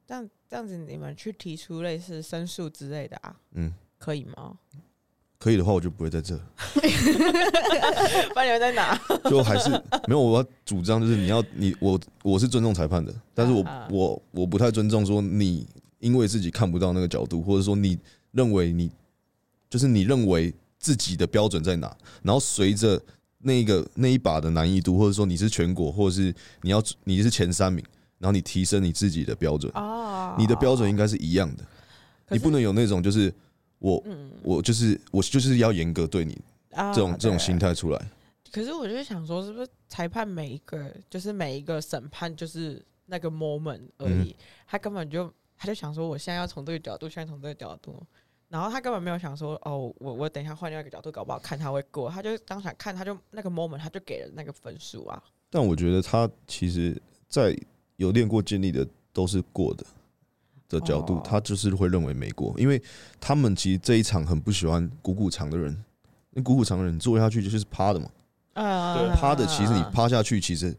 Speaker 1: 这样这样子，你们去提出类似申诉之类的啊，
Speaker 4: 嗯，
Speaker 1: 可以吗？
Speaker 4: 可以的话我就不会在这，
Speaker 1: 不然你们在哪？
Speaker 4: 就还是 没有。我要主张就是你要你我我是尊重裁判的，但是我
Speaker 1: 啊啊
Speaker 4: 我我不太尊重说你因为自己看不到那个角度，或者说你认为你就是你认为自己的标准在哪，然后随着那个那一把的难易度，或者说你是全国，或者是你要你是前三名，然后你提升你自己的标准。
Speaker 1: 哦，
Speaker 4: 你的标准应该是一样的，
Speaker 1: 可
Speaker 4: 你
Speaker 1: 是
Speaker 4: 不能有那种就是我
Speaker 1: 嗯
Speaker 4: 我就是我就是要严格对你
Speaker 1: 啊
Speaker 4: 这种这种
Speaker 1: 对
Speaker 4: 心态出来。
Speaker 1: 可是我就想说，是不是裁判每一个就是每一个审判就是那个 moment 而已，他根本就他就想说，我现在要从这个角度，现在从这个角度，然后他根本没有想说，哦，我我等一下换另外一个角度，搞不好看他会过，他就当场看，他就那个 moment 他就给了那个分数啊。
Speaker 4: 但我觉得他其实，在有练过经历的都是过的的角度
Speaker 1: 哦，
Speaker 4: 他就是会认为没过，因为他们其实这一场很不喜欢鼓鼓长的人。那鼓鼓长的人坐下去就是趴的嘛，
Speaker 1: 呃
Speaker 3: 对
Speaker 4: 趴的其实你趴下去，其实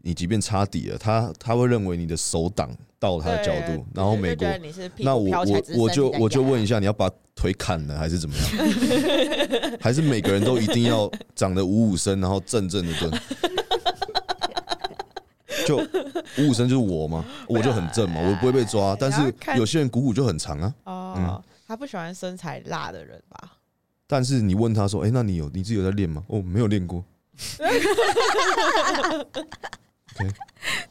Speaker 4: 你即便插底了，他他会认为你的手挡到他的角度，然后没过。，
Speaker 1: 你是屁
Speaker 4: 那
Speaker 1: 股
Speaker 4: 我
Speaker 1: 飘起来
Speaker 4: 我
Speaker 1: 只是
Speaker 4: 我
Speaker 1: 身
Speaker 4: 就
Speaker 1: 体在
Speaker 4: 我就
Speaker 1: 压
Speaker 4: 问一下，你要把腿砍了还是怎么 样？还是每个人都一定要长得五五身，然后正正的蹲？就五五身就是我嘛，我就很正嘛，我不会被抓。但
Speaker 1: 啊你要
Speaker 4: 是
Speaker 1: 看
Speaker 4: 有些人股骨就很长啊。
Speaker 1: 哦，他不喜欢身材辣的人吧？
Speaker 4: 但是你问他说：“哎、那你有你自己有在练吗？”哦，没有练过。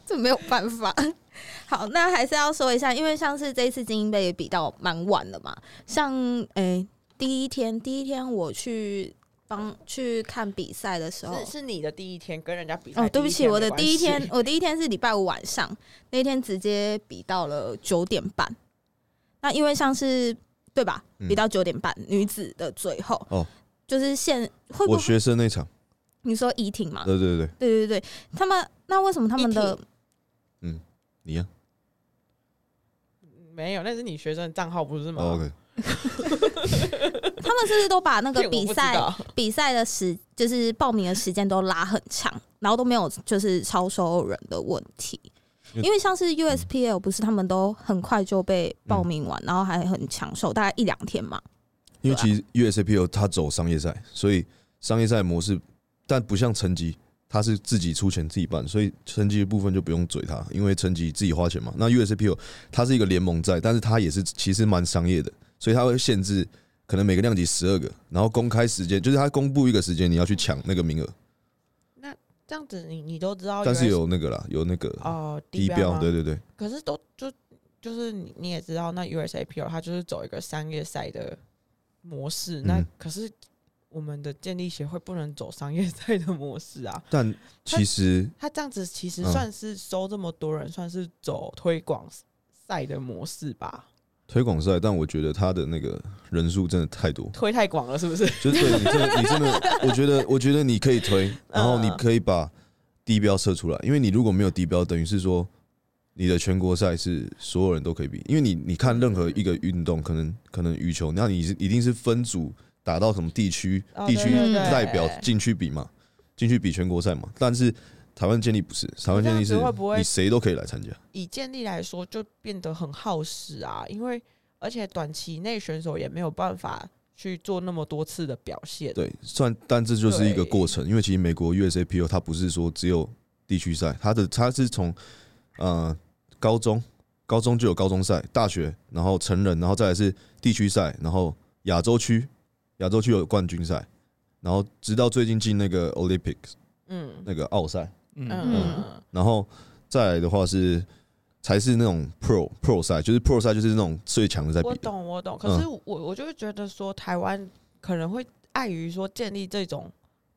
Speaker 2: 这没有办法。 好，那还是要说一下，因为像是这一次精英杯也比到蛮晚了嘛，像诶、第一天，第一天我去帮去看比赛的时候
Speaker 1: 是，是你的第一天跟人家比赛第一天没关系。
Speaker 2: 哦，对不起，我的第一天，我第一天是礼拜五晚上，那一天直接比到了九点半。那因为像是对吧，
Speaker 4: 嗯
Speaker 2: 比到九点半、女子的最后，
Speaker 4: 哦，
Speaker 2: 就是现会不
Speaker 4: 我
Speaker 2: 会
Speaker 4: 学生那场，
Speaker 2: 你说怡婷嘛？
Speaker 4: 对对对，
Speaker 2: 对对对，他们那为什么他们的
Speaker 1: 怡
Speaker 4: 你啊呀、
Speaker 1: 没有，那是你学生的账号不是吗？
Speaker 4: 哦、，OK，
Speaker 2: 他们是不是都把那
Speaker 1: 这
Speaker 2: 个比赛
Speaker 1: 我不知道
Speaker 2: 比赛的时就是报名的时间都拉很长，然后都没有就是超收人的问题。
Speaker 4: 因为
Speaker 2: 因为像是 USPL 不是他们都很快就被报名完，然后还很抢手，大概一两天嘛。
Speaker 4: 因为其实 USAPO 它走商业赛，所以商业赛模式，但不像成绩，它是自己出钱自己办，所以成绩的部分就不用嘴它，因为成绩自己花钱嘛。那 USAPO 它是一个联盟赛，但是它也是其实蛮商业的，所以它会限制可能每个量级十二个，然后公开时间就是它公布一个时间你要去抢那个名额，
Speaker 1: 这样子你，你都知道 US，
Speaker 4: 但是哦有那个啦，有那个
Speaker 1: 哦
Speaker 4: 低标，
Speaker 1: 吗
Speaker 4: 对对对，
Speaker 1: 可是都就就是你你也知道，那 USAPL 它就是走一个商业赛的模式，那
Speaker 4: 嗯
Speaker 1: 可是我们的建立协会不能走商业赛的模式啊。
Speaker 4: 但其实
Speaker 1: 它这样子其实
Speaker 4: 嗯
Speaker 1: 算是收这么多人，算是走推广赛的模式吧，
Speaker 4: 推广赛，但我觉得它的那个人数真的太多，
Speaker 1: 推太广了是不是？
Speaker 4: 就是对你真的，你真的，我觉得，我觉得你可以推，然后你可以把地标设出来，因为你如果没有地标，等于是说你的全国赛是所有人都可以比，因为你你看任何一个运动，可能可能羽球，那你是一定是分组打到什么地区
Speaker 1: 哦
Speaker 4: 地
Speaker 1: 对
Speaker 4: 区
Speaker 1: 对
Speaker 2: 对
Speaker 4: 代表进去比嘛，进去比全国赛嘛，但是台湾建立不是，台湾建立
Speaker 1: 这
Speaker 4: 是
Speaker 1: 样子会不会
Speaker 4: 你谁都可以来参加，
Speaker 1: 以建立来说，就变得很耗时啊，因为而且短期内选手也没有办法去做那么多次的表现。
Speaker 4: 对，算，但这就是一
Speaker 1: 对
Speaker 4: 个过程，因为其实美国 USAPO 它不是说只有地区赛，它的它是从呃高中，高中就有高中赛，大学，然后成人，然后再来是地区赛，然后亚洲区，亚洲区有冠军赛，然后直到最近进那个 Olympics
Speaker 1: 嗯
Speaker 4: 那个奥赛，
Speaker 3: 嗯，
Speaker 1: 嗯
Speaker 4: 然后再来的话是才是那种 Pro Pro 赛，就是 Pro 赛就是那种最强的在比嗯
Speaker 1: 我
Speaker 4: 的，
Speaker 1: 懂，我懂。可是我我就会觉得说，台湾可能会碍于说建立这种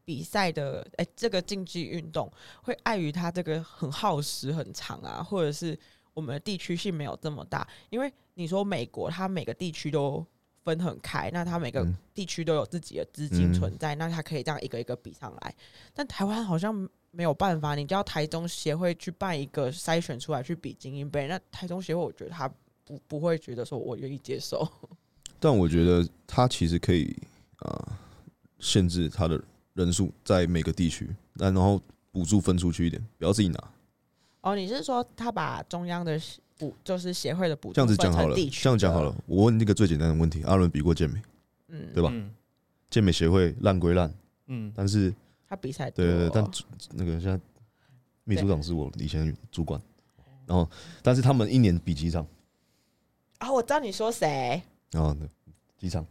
Speaker 1: 比赛的，哎、这个竞技运动会碍于它这个很耗时很长啊，或者是我们的地区性没有这么大。因为你说美国，它每个地区都分很开，那它每个
Speaker 4: 嗯
Speaker 1: 地区都有自己的资金
Speaker 4: 嗯
Speaker 1: 存在，那它可以这样一个一个比上来。但台湾好像没有办法，你叫台中协会去办一个筛选出来去比精英杯，那台中协会我觉得他不不会觉得说我愿意接受，
Speaker 4: 但我觉得它其实可以呃限制它的人数在每个地区，那然后补助分出去一点，不要自己拿。
Speaker 1: 哦，你是说他把中央的补就是协会的补助
Speaker 4: 这样子讲好
Speaker 1: 分
Speaker 4: 了，
Speaker 1: 成地区
Speaker 4: 这样讲好了
Speaker 1: 的，。
Speaker 4: 我问那个最简单的问题：阿伦比过健美，
Speaker 1: 嗯，
Speaker 4: 对吧
Speaker 3: 嗯
Speaker 4: 健美协会烂归烂，
Speaker 3: 嗯，
Speaker 4: 但是
Speaker 1: 他比赛
Speaker 4: 对对对，
Speaker 1: 多
Speaker 4: 但主那个现在秘书长是我以前主管，然后但是他们一年比几场
Speaker 1: 啊，我知道你说谁，
Speaker 4: 啊？对几场？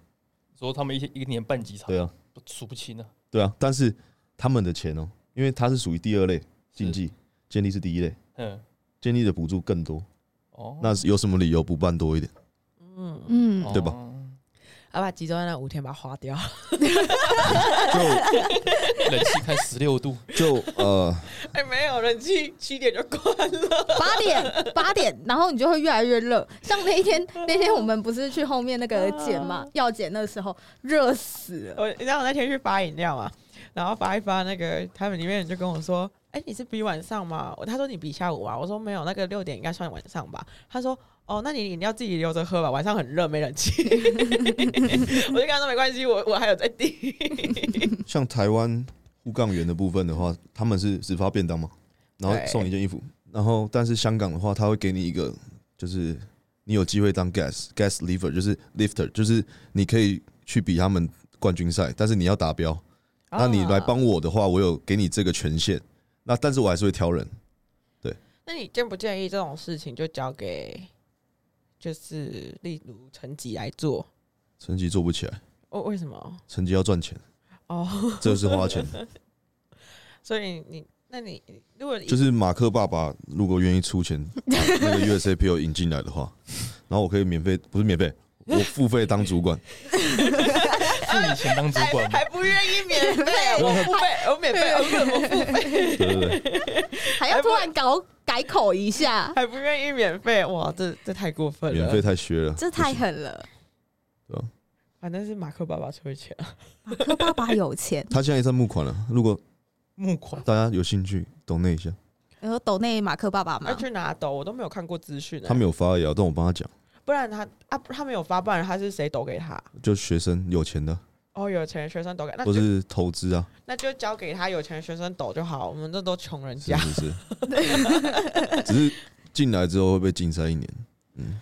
Speaker 3: 说他们一一年办几场，
Speaker 4: 对啊，
Speaker 3: 不数不清啊。
Speaker 4: 对啊，但是他们的钱哦、因为它是属于第二类竞技，健力是第一类，
Speaker 3: 嗯，
Speaker 4: 健力的补助更多，
Speaker 3: 哦，
Speaker 4: 那有什么理由不办多一点？
Speaker 1: 嗯，
Speaker 2: 嗯，
Speaker 3: 哦
Speaker 4: 对吧？
Speaker 1: 他把集中在那五天把它花掉，
Speaker 4: 就
Speaker 3: 冷气开十六度，
Speaker 4: 就呃，
Speaker 1: 哎，没有人气七点就关了，
Speaker 2: 八点八点，然后你就会越来越热。像那一天，那天我们不是去后面那个剪嘛，药剪那时候热死了。
Speaker 1: 我你知道我那天去发饮料嘛，然后发一发那个，他们里面人就跟我说：“哎、你是比晚上吗？”我他说：“你比下午啊。”我说：“没有，那个六点应该算晚上吧。”他说：“哦，那你饮料自己留着喝吧，晚上很热，没冷气。” 我就跟他说：“没关系，我我还有在订。
Speaker 4: 像台湾护杠员的部分的话，他们是只发便当嘛，然后
Speaker 1: 对
Speaker 4: 送你一件衣服，然后但是香港的话，他会给你一个，就是你有机会当 gas gas lever，就是 lifter，就是你可以去比他们冠军赛，但是你要达标。那你来帮我的话，我有给你这个权限。那但是我还是会挑人，
Speaker 1: 那你建不建议这种事情就交给就是例如成绩来做？
Speaker 4: 成绩做不起来，
Speaker 1: 哦，为什么？
Speaker 4: 成绩要赚钱，
Speaker 1: 哦，
Speaker 4: 这是花钱。
Speaker 1: 所以你那你如果
Speaker 4: 就是是马克爸爸如果愿意 出钱把那个 USAPO 引进来的话，然后我可以免费，不是免费，我付费当主管，
Speaker 3: 付你钱当主
Speaker 1: 还
Speaker 3: 管 吗
Speaker 1: 还？不愿意免 费，我付费，我免费，我怎么付 费？
Speaker 4: 对 对对，
Speaker 2: 还要突然搞改口一下，
Speaker 1: 还不愿意免费？哇，这这太过分
Speaker 4: 免费
Speaker 1: 了！
Speaker 4: 太削了，
Speaker 2: 这太狠了。
Speaker 4: 不行。对啊，
Speaker 1: 反正是马克爸爸出啊钱，
Speaker 2: 可爸爸有钱
Speaker 4: 他现在也在募款了，如果
Speaker 3: 募款
Speaker 4: 大家有兴趣，懂那一下，
Speaker 2: 然后抖内马克爸爸
Speaker 1: 要
Speaker 2: 嘛，
Speaker 1: 去哪抖？我都没有看过资讯欸。
Speaker 4: 他没有发谣，但我帮他讲，
Speaker 1: 不然他啊，他没有发，不然他是谁抖给他？
Speaker 4: 就学生有钱的，
Speaker 1: 哦，有钱的学生抖给，那
Speaker 4: 或
Speaker 1: 就是
Speaker 4: 投资啊，
Speaker 1: 那就交给他有钱的学生抖就好，我们这都穷人
Speaker 4: 是
Speaker 1: 家。
Speaker 4: 是是，只是进来之后会被禁赛一年，嗯，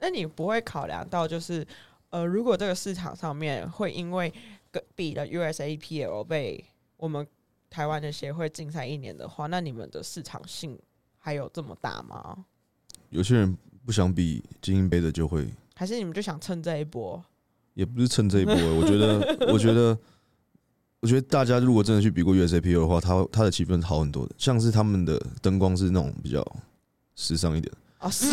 Speaker 1: 那你不会考量到就是，呃，如果这个市场上面会因为隔壁的 USAPL 被我们台湾的协会禁赛一年的话，那你们的市场性还有这么大吗？
Speaker 4: 有些人不想比精英杯的就会，
Speaker 1: 还是你们就想趁这一波？
Speaker 4: 也不是趁这一波欸、我 觉得，我觉得。我觉得大家如果真的去比过 USAPU 的话，他他的气氛好很多的，像是他们的灯光是那种比较时尚一点 的，
Speaker 1: 哦，是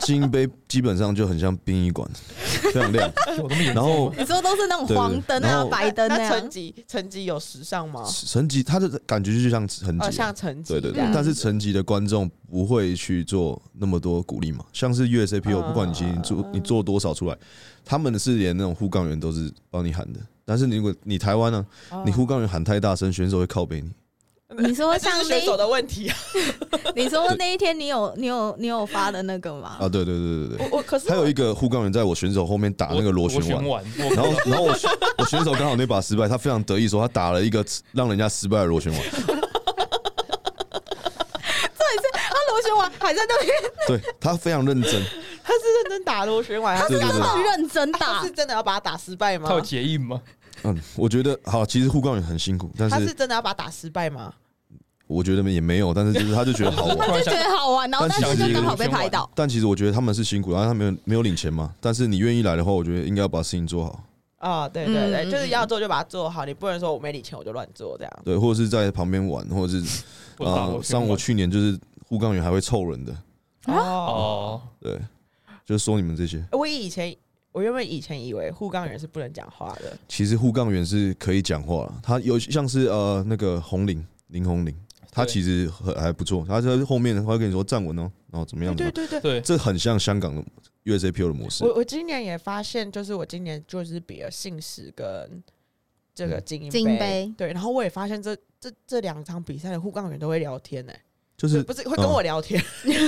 Speaker 4: 精英杯基本上就很像殡仪馆，非常 亮。
Speaker 3: 有那么严
Speaker 4: 然
Speaker 3: 重
Speaker 4: 后
Speaker 3: 吗？
Speaker 2: 你说都是那种黄灯
Speaker 4: 对然
Speaker 2: 啊
Speaker 4: 后、
Speaker 2: 白灯
Speaker 1: 那
Speaker 2: 那
Speaker 1: 成
Speaker 2: 样，
Speaker 1: 绩成绩有时尚吗？
Speaker 4: 成绩，他的感觉就像成
Speaker 1: 哦，
Speaker 4: 绩啊、
Speaker 1: 像成绩
Speaker 4: 对对
Speaker 1: 这
Speaker 4: 对
Speaker 1: 样，
Speaker 4: 但是成绩的观众不会去做那么多鼓励嘛，像是 USAPO，
Speaker 1: 嗯
Speaker 4: 不管你今天做你做多少出来，他们是连那种护杠员都是帮你喊的。但是你如果你台湾呢、
Speaker 1: 哦
Speaker 4: 你护杠员喊太大声，选手会靠背你。
Speaker 2: 你说
Speaker 1: 那这
Speaker 2: 像
Speaker 1: 是
Speaker 2: 那
Speaker 1: 选手的问题啊！
Speaker 2: 你说那一天你有你有你有发的那个吗？
Speaker 4: 啊，对对对对 对。
Speaker 1: 我我可是
Speaker 4: 还有
Speaker 1: 我
Speaker 4: 一个护杠员在我选手后面打啊那个螺旋
Speaker 3: 旋
Speaker 4: 丸，
Speaker 3: 丸，
Speaker 4: 然
Speaker 3: 然
Speaker 4: 后然后我选 我选手刚好那把失败，他非常得意说他打了一个让人家失败的螺旋 丸。
Speaker 2: 他螺旋丸还在那边，
Speaker 4: 对他非常认真，
Speaker 1: 他是认真打螺旋丸，他
Speaker 4: 对对
Speaker 1: 刚
Speaker 4: 对
Speaker 1: 好
Speaker 2: 很认真
Speaker 1: 他
Speaker 2: 打
Speaker 1: 是，真的要把他打失败吗
Speaker 3: 他？有结印吗？
Speaker 4: 嗯，我觉得好，其实护杠也很辛苦，但
Speaker 1: 他
Speaker 4: 是
Speaker 1: 是真的要把他打失败吗？
Speaker 4: 我觉得也没有，但是就是他就觉得好玩。
Speaker 3: 突然
Speaker 2: 就
Speaker 3: 想
Speaker 2: 觉，得好玩，然后
Speaker 4: 但
Speaker 2: 但是
Speaker 4: 其
Speaker 2: 就
Speaker 4: 实
Speaker 2: 刚好被拍到。
Speaker 4: 但其实我觉得他们是辛苦，然后他没有没有领钱嘛。但是你愿意来的话，我觉得应该要把事情做好，
Speaker 1: 啊、对对对，
Speaker 2: 嗯
Speaker 1: 就是要做就把它做好，你不能说我没理钱我就乱做这样。
Speaker 4: 对，或者是在旁边玩，或者是
Speaker 3: 我打
Speaker 4: 呃，
Speaker 3: 螺
Speaker 4: 像
Speaker 3: 旋
Speaker 4: 我
Speaker 3: 丸
Speaker 4: 去年就是护杠员还会凑人的，
Speaker 2: 啊
Speaker 1: 哦，
Speaker 3: 哦，
Speaker 4: 对，就是说你们这些，
Speaker 1: 我以前我原本以前以为护杠人是不能讲话的，
Speaker 4: 其实护杠员是可以讲话的，他有像是呃那个红领林红领，他
Speaker 3: 对
Speaker 4: 其实很还不错，他在后面他会跟你说站稳哦，然后怎么样怎么
Speaker 1: 哎对
Speaker 4: 样，
Speaker 1: 对对。
Speaker 3: 对，
Speaker 4: 这很像香港的 USAPO 的模式
Speaker 1: 我。我今年也发现，就是我今年就是比了姓氏跟这
Speaker 4: 嗯
Speaker 1: 个精英
Speaker 2: 精英杯
Speaker 1: 对，然后我也发现这这这两场比赛的护杠员都会聊天呢、
Speaker 4: 就是嗯
Speaker 1: 不是会跟我聊天，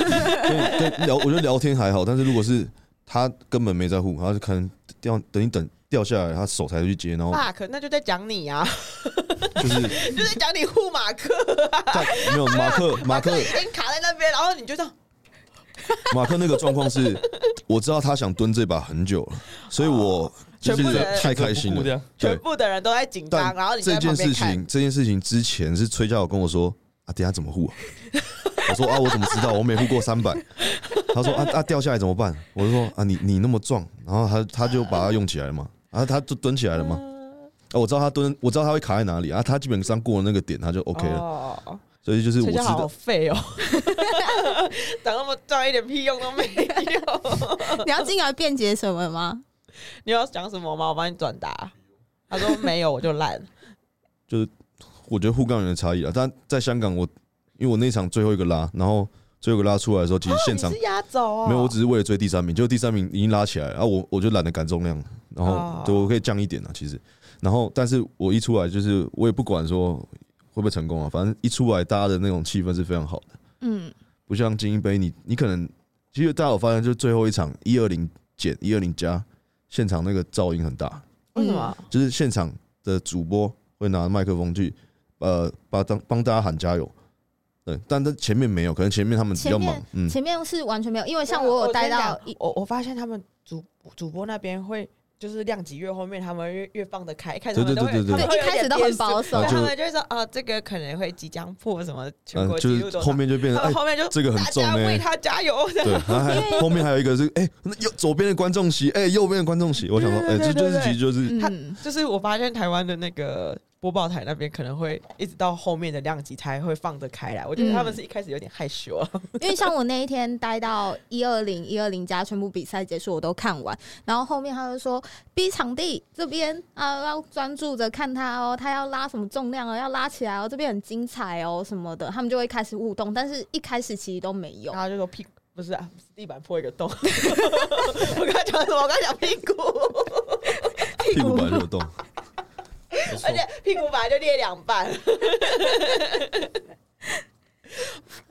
Speaker 4: 对对聊，我觉得聊天还好，但是如果是他根本没在乎，他就可能掉等你等掉下来，他手才去接，然后
Speaker 1: 马克那就在讲你啊，
Speaker 4: 就是
Speaker 1: 就在讲你护马克，
Speaker 4: 但没有马克马克
Speaker 1: 已经卡在那边，然后你就这样，
Speaker 4: 马克那个状况是，我知道他想蹲这把很久了，所以我就
Speaker 1: 哦全部
Speaker 4: 是
Speaker 1: 人
Speaker 4: 太开心
Speaker 3: 不顾这
Speaker 4: 了。
Speaker 3: 样，
Speaker 1: 全
Speaker 4: 对，
Speaker 1: 部的人都在紧张，
Speaker 4: 但
Speaker 1: 然后你就
Speaker 4: 这
Speaker 1: 在旁
Speaker 4: 件
Speaker 1: 边
Speaker 4: 事
Speaker 1: 看。
Speaker 4: 情这件事情之前是崔家友跟我说啊，等一下怎么护 啊？我说啊，我怎么知道？我没护过三百。他说啊啊，掉下来怎么办？我就说啊，你你那么壮，然后他他就把它用起来了嘛，然后他就蹲起来了嘛。
Speaker 1: 啊
Speaker 4: 哦，我知道他蹲，我知道他会卡在哪里啊。他基本上过了那个点，他就 OK 了。
Speaker 1: 哦哦
Speaker 4: 所以就是我
Speaker 1: 陈
Speaker 4: 知
Speaker 1: 家豪好
Speaker 4: 道，
Speaker 1: 废哦， 长那么壮一点屁用都没有。
Speaker 2: 你要进来辩解什么吗？
Speaker 1: 你要讲什么吗？我帮你转达。他说没有，我就烂。
Speaker 4: 我觉得护杠员的差异啊。但在香港我，因为我那场最后一个拉，然后最后一个拉出来的时候，其实 现
Speaker 1: 你
Speaker 4: 场、
Speaker 1: 是压轴哦，
Speaker 4: 没有，我只是为了追第三名，结果第三名已经拉起来了啊，我我就懒得赶重量，然
Speaker 1: 哦
Speaker 4: 后对我可以降一点啊，其实。然后，但是我一出来就是我也不管说会不会成功啊，反正一出来大家的那种气氛是非常好的，
Speaker 2: 嗯，
Speaker 4: 不像精英杯你你可能其实大家有发现，就最后一场一二零减一二零加，现场那个噪音很大，
Speaker 1: 为什么？
Speaker 4: 就是现场的主播会拿麦克风去，呃，把当帮大家喊加油。对，但他前面没有，可能前面他们比较忙，嗯，
Speaker 2: 前面是完全没有，因为嗯像我有带到一，
Speaker 1: 我我发现他们主主播那边会。就是量级越后面，他们越越放得开，一开始他们
Speaker 4: 对
Speaker 1: 都
Speaker 4: 对
Speaker 1: 会，
Speaker 4: 对
Speaker 1: 他
Speaker 4: 对对
Speaker 1: 们
Speaker 2: 对，
Speaker 1: 会
Speaker 2: 一
Speaker 1: 有点
Speaker 2: 开始都很保
Speaker 1: 憋
Speaker 2: 守
Speaker 1: 死
Speaker 4: 啊，
Speaker 1: 对他
Speaker 4: 就
Speaker 1: 们就会说啊，这个可能会即将破什么全
Speaker 4: 嗯、
Speaker 1: 国纪
Speaker 4: 就
Speaker 1: 录
Speaker 4: 是
Speaker 1: 多
Speaker 4: 后
Speaker 1: 少，
Speaker 4: 面就变成哎、
Speaker 1: 然 后后面就
Speaker 4: 这个很
Speaker 1: 大
Speaker 4: 重欸
Speaker 1: 家
Speaker 4: 呢
Speaker 1: 为他加油，这样
Speaker 4: 对，然后还后面还有一个是哎，那右左边的观众席，哎，右边的观众席，我想说，哎，
Speaker 1: 对对
Speaker 4: 这
Speaker 1: 对
Speaker 4: 就
Speaker 1: 对
Speaker 4: 是
Speaker 1: 对
Speaker 4: 其实就是
Speaker 2: 嗯，
Speaker 1: 就是我发现台湾的那个播报台那边可能会一直到后面的量级才会放得开来。我觉得他们
Speaker 2: 嗯
Speaker 1: 是一开始有点害 羞啊，
Speaker 2: 因为像我那一天待到一二零一二零加全部比赛结束，我都看完，然后后面他就说 B 场地这边啊要专注着看他哦，他要拉什么重量哦，要拉起来哦，这边很精彩哦什么的，他们就会开始互动，但是一开始其实都没有
Speaker 1: 然。后就说屁股不是啊，地板破一个洞。 我刚才讲什么？我刚才讲屁股，
Speaker 4: 屁股板流动，
Speaker 3: 没 错
Speaker 1: 而，且 屁股本来就裂两半。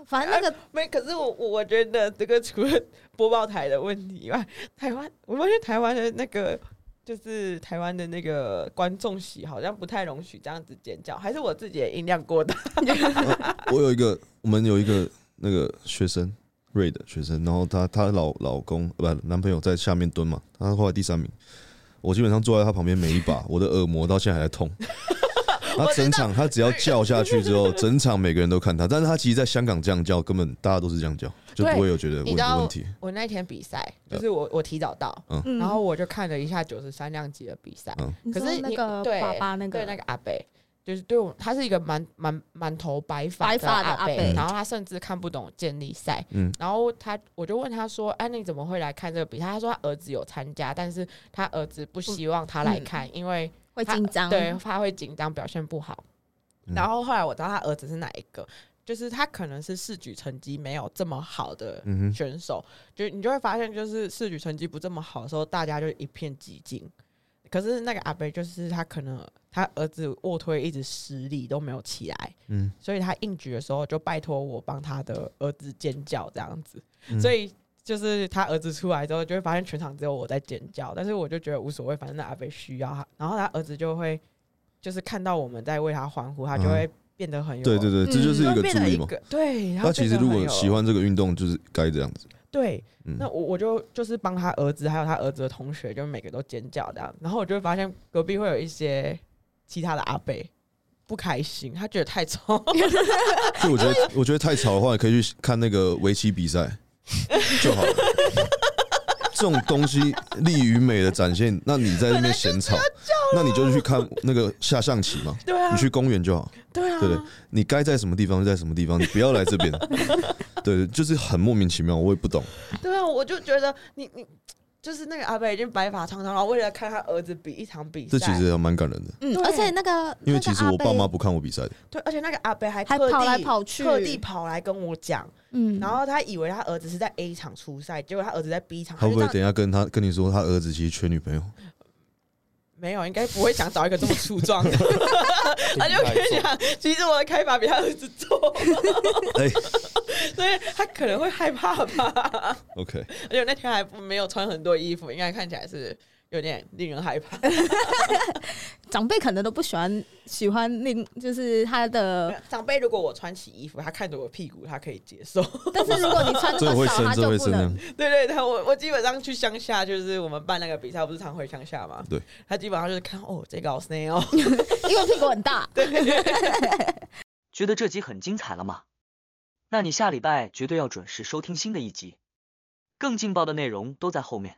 Speaker 2: 反正那个
Speaker 1: 没，可是我我我觉得这个除了播报台的问题以外，台湾我发现台湾的那个就是台湾的那个观众席好像不太容许这样子尖叫，还是我自己的音量过大？
Speaker 4: 我有一个，我们有一个那个学生瑞的学生，然后她她老老公呃不男朋友在下面蹲嘛，她后来第三名，我基本上坐在她旁边每一把，我的耳膜到现在还 在痛。她整场她只要叫下去之后，整场每个人都看她，但是她其实在香港这样叫，根本大家都是这样叫，就
Speaker 1: 对
Speaker 4: 不会有觉得
Speaker 1: 你
Speaker 4: 问
Speaker 1: 知道
Speaker 4: 问题。呃
Speaker 1: 我那天比赛就是我我提早到，
Speaker 2: 嗯，
Speaker 1: 然后我就看了一下九十三量级的比赛，
Speaker 4: 嗯
Speaker 2: 你
Speaker 1: 可
Speaker 2: 说
Speaker 1: 是
Speaker 2: 那
Speaker 1: 你
Speaker 2: 个
Speaker 1: 对
Speaker 2: 爸爸那个
Speaker 1: 对那个阿北。就是对我，他是一个满满满头白发
Speaker 2: 白
Speaker 1: 的
Speaker 2: 发的
Speaker 1: 阿
Speaker 2: 阿
Speaker 1: 伯
Speaker 2: 伯
Speaker 1: 然后他甚至看不懂健力赛，
Speaker 4: 嗯，
Speaker 1: 然后他我就问他说：“哎、那你怎么会来看这个比赛？”他说他儿子有参加，但是他儿子不希望他来看，因为
Speaker 2: 会
Speaker 1: 他
Speaker 2: 紧张，
Speaker 1: 对，他会紧张，表现不好。
Speaker 4: 嗯
Speaker 1: 然后后来我知道他儿子是哪一个，就是他可能是市举成绩没有这么好的
Speaker 4: 嗯哼，
Speaker 1: 选手，就你就会发现，就是市举成绩不这么好的时候，大家就一片寂静。可是那个阿贝就是他可能他儿子卧推一直失利都没有起来，
Speaker 4: 嗯，
Speaker 1: 所以他应举的时候就拜托我帮他的儿子尖叫这样子，
Speaker 4: 嗯
Speaker 1: 所以。就是他儿子出来之后，就会发现全场只有我在尖叫，但是我就觉得无所谓，反正那阿贝需要他，然后他儿子就会就是看到我们在为他欢呼，他就
Speaker 4: 嗯
Speaker 1: 会变得很有嗯
Speaker 4: 对对对，这就是一
Speaker 1: 就
Speaker 4: 个
Speaker 1: 变
Speaker 4: 助
Speaker 1: 得
Speaker 4: 力
Speaker 1: 一
Speaker 4: 嘛。
Speaker 1: 个对，
Speaker 4: 他其
Speaker 1: 变
Speaker 4: 实
Speaker 1: 得
Speaker 4: 如
Speaker 1: 很
Speaker 4: 果
Speaker 1: 有
Speaker 4: 喜欢这个运动，就是该这样 子。
Speaker 1: 对，
Speaker 4: 嗯
Speaker 1: 那我我就就是帮他儿子还有他儿子的同学，就每个都尖叫这样，然后我就会发现隔壁会有一些其他的阿伯不开心，他觉得太吵，
Speaker 4: 所以我觉得，我觉得太吵的话，可以去看那个围棋 比赛就好了。这种东西利于美的展现，那你在那边嫌吵，那你就去看那个下象棋 嘛。
Speaker 1: 对啊
Speaker 2: 嗯
Speaker 4: 你，去公园就好，
Speaker 1: 对啊，
Speaker 4: 对不对？你该在什么地方就在什么地方，你不要来这边。 对，就是很莫名其妙，我也不懂。
Speaker 1: 对啊，我就觉得你你就是那个阿伯已经白发苍苍，然后为了看他儿子比一场比赛，
Speaker 4: 这其实还蛮感人的，
Speaker 2: 嗯，
Speaker 1: 对
Speaker 2: 而且那个
Speaker 4: 因
Speaker 2: 那个
Speaker 4: 为其实
Speaker 2: 阿
Speaker 4: 我爸
Speaker 2: 伯
Speaker 4: 妈不看我比赛的，
Speaker 1: 对，而且那个阿伯还
Speaker 2: 还
Speaker 1: 特地
Speaker 2: 跑来跑去
Speaker 1: 特地跑来跟我讲，
Speaker 2: 嗯，
Speaker 1: 然后他以为他儿子是在 A 场出赛，结果他儿子在 B 场，他
Speaker 4: 他会
Speaker 1: 就
Speaker 4: 不
Speaker 1: 这
Speaker 4: 会
Speaker 1: 样
Speaker 4: 等一下跟他跟你说他儿子其实缺 女朋友？
Speaker 1: 没有，应该不会想找一个这么粗壮的。他啊就跟你
Speaker 3: 对
Speaker 1: 讲，其实我的开法比他儿子重，
Speaker 4: 哎
Speaker 1: 所以他可能会害怕吧。
Speaker 4: ，OK，
Speaker 1: 而且我那天还没有穿很多衣服，应该看起来是有点令人害怕。
Speaker 2: 长辈可能都不喜欢喜欢另就是他 的，
Speaker 1: 长辈如果我穿起衣服，他看着我屁股，他可以接受。
Speaker 2: 但是如果你穿
Speaker 4: 这
Speaker 2: 那
Speaker 4: 个
Speaker 2: 么
Speaker 4: 会
Speaker 2: 少，
Speaker 4: 生，
Speaker 2: 他
Speaker 4: 这个
Speaker 2: 就
Speaker 4: 会
Speaker 2: 不
Speaker 4: 生
Speaker 2: 能
Speaker 4: 量。
Speaker 1: 对对，他我我基本上去乡下，就是我们办那个比赛，我不是常回乡下嘛。
Speaker 4: 对，
Speaker 1: 他基本上就是看哦，这个好 s n 哦。
Speaker 2: 因为屁股很大。
Speaker 5: 觉得这集很精彩了吗？那你下礼拜绝对要准时收听新的一集，更劲爆的内容都在后面。